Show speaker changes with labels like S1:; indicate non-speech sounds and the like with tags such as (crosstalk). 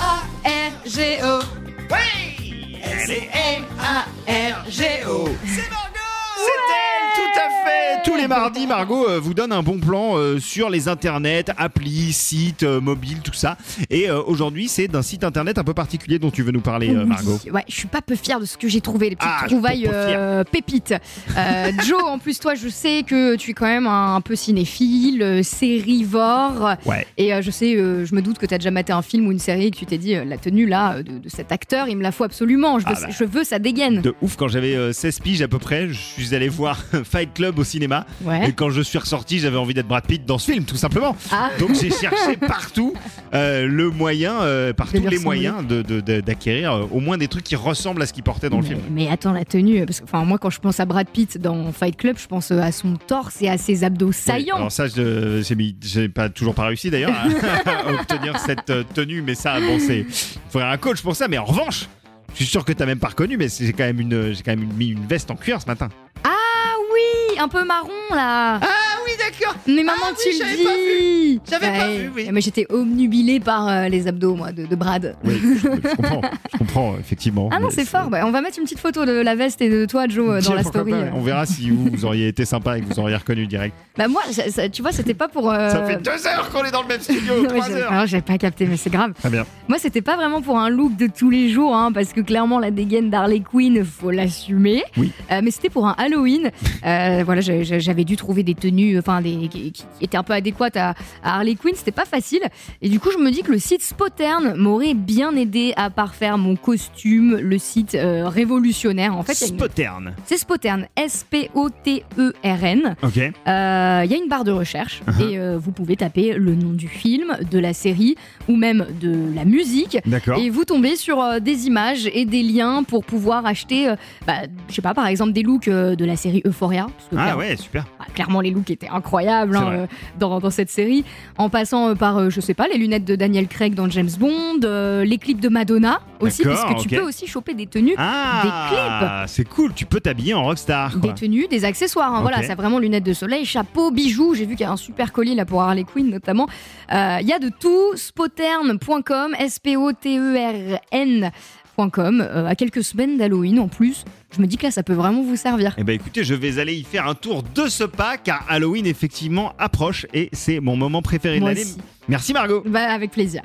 S1: M-A-R-G-O.
S2: Oui Elle est
S1: M-A-R-G-O.
S2: C'est Margot C'est elle, tout à fait Tous les mardis, Margot euh, vous donne un bon plan euh, sur les internets, applis, sites, euh, mobiles, tout ça. Et euh, aujourd'hui, c'est d'un site internet un peu particulier dont tu veux nous parler, euh,
S3: Oui.
S2: Margot.
S3: Ouais, je suis pas peu fière de ce que j'ai trouvé, les petites
S2: Ah, je suis
S3: trouvailles
S2: pas peu fière.
S3: euh, pépites.
S2: (laughs)
S3: Euh, Joe, en plus, toi, je sais que tu es quand même un, un peu cinéphile, euh, sérivore.
S2: Ouais.
S3: Et euh, je sais, euh, je me doute que tu as déjà maté un film ou une série et que tu t'es dit, euh, la tenue là euh, de, de cet acteur, il me la faut absolument. Je veux,
S2: Ah bah.
S3: je veux sa dégaine.
S2: De ouf, quand j'avais euh, 16 piges à peu près, je suis allé voir (laughs) Fight Club au cinéma. Et
S3: Ouais.
S2: quand je suis ressorti, j'avais envie d'être Brad Pitt dans ce film, tout simplement.
S3: Ah.
S2: Donc j'ai
S3: (laughs)
S2: cherché partout euh, le moyen, euh, par
S3: De
S2: tous
S3: lui
S2: les
S3: ressembler.
S2: moyens, de- de- de- d'acquérir euh, au moins des trucs qui ressemblent à ce qu'il portait dans le
S3: Mais,
S2: film.
S3: mais attends, la tenue, euh, parce que enfin, moi, quand je pense à Brad Pitt dans Fight Club, je pense euh, à son torse et à ses abdos
S2: Oui,
S3: saillants.
S2: alors ça, je- j'ai mis- j'ai pas toujours pas réussi d'ailleurs à, (laughs)
S3: (laughs)
S2: à obtenir cette euh, tenue, mais ça, bon, c'est il faudrait un coach pour ça. Mais en revanche, je suis sûr que t'as même pas reconnu, mais c'est- j'ai quand même une, j'ai quand même une- mis une veste en cuir ce matin.
S3: Ah oui, un peu marron là.
S2: Ah oui, d'accord.
S3: Mais maman,
S2: Ah oui,
S3: tu
S2: j'avais
S3: le dis
S2: J'avais pas vu, oui.
S3: Mais j'étais omnubilée par euh, les abdos, moi, de, de Brad.
S2: Oui, (laughs) je, je comprends, je comprends effectivement.
S3: Ah non,
S2: Mais
S3: c'est fort. Bah, on va mettre une petite photo de la veste et de toi, Joe, euh, dans
S2: Tiens,
S3: la
S2: pourquoi
S3: story.
S2: pas,
S3: euh.
S2: On verra si vous, vous auriez été sympa et que vous auriez reconnu direct.
S3: Bah moi, ça- ça- tu vois, c'était pas pour. euh, (laughs)
S2: Ça fait deux heures qu'on est dans le même studio,
S3: Ouais,
S2: trois
S3: Ah j'ai-
S2: heures.
S3: alors, J'avais pas capté, mais c'est grave.
S2: Très bien.
S3: Moi, c'était pas vraiment pour un look de tous les jours, hein, parce que clairement, la dégaine d'Harley Quinn, faut l'assumer.
S2: Oui.
S3: Euh, mais c'était pour un Halloween. Euh, voilà, j'ai- j'ai- j'avais dû trouver des tenues, enfin, des qui, qui étaient un peu adéquates à, à Harley Quinn. C'était pas facile. Et du coup, je me dis que le site Spotern m'aurait bien aidé à parfaire mon costume, le site euh, révolutionnaire. En fait, il y a une-
S2: Spotern.
S3: c'est Spotern, S-P-O-T-E-R-N.
S2: Ok.
S3: E Euh, Il y a une barre de recherche et euh, vous pouvez taper le nom du film, de la série ou même de la musique.
S2: D'accord.
S3: Et vous tombez sur euh, des images et des liens pour pouvoir acheter, euh, bah, je sais pas, par exemple des looks euh, de la série Euphoria. Parce que
S2: Ah
S3: clair-
S2: ouais, super.
S3: bah, clairement, les looks étaient incroyables
S2: C'est
S3: hein,
S2: vrai.
S3: euh, dans, dans cette série. En passant euh, par, euh, je sais pas, les lunettes de Daniel Craig dans James Bond, euh, les clips de Madonna aussi,
S2: D'accord,
S3: parce que tu
S2: ok.
S3: peux aussi choper des tenues
S2: Ah, c'est cool, tu peux t'habiller en rockstar. Quoi.
S3: Des tenues, des accessoires. hein,
S2: Ok.
S3: Voilà, ça vraiment lunettes de soleil, chapeau, bijoux. J'ai vu qu'il y a un super collier là pour Harley Quinn notamment. Euh, Il y a de tout. Spotern.com, E S-P-O-T-E-R-N.com. Euh, à quelques semaines d'Halloween en plus, je me dis que là, ça peut vraiment vous servir.
S2: Eh ben écoutez, je vais aller y faire un tour de ce pas car Halloween effectivement approche et c'est mon moment préféré de
S3: Moi
S2: l'année.
S3: aussi.
S2: Merci Margot.
S3: Bah, avec plaisir.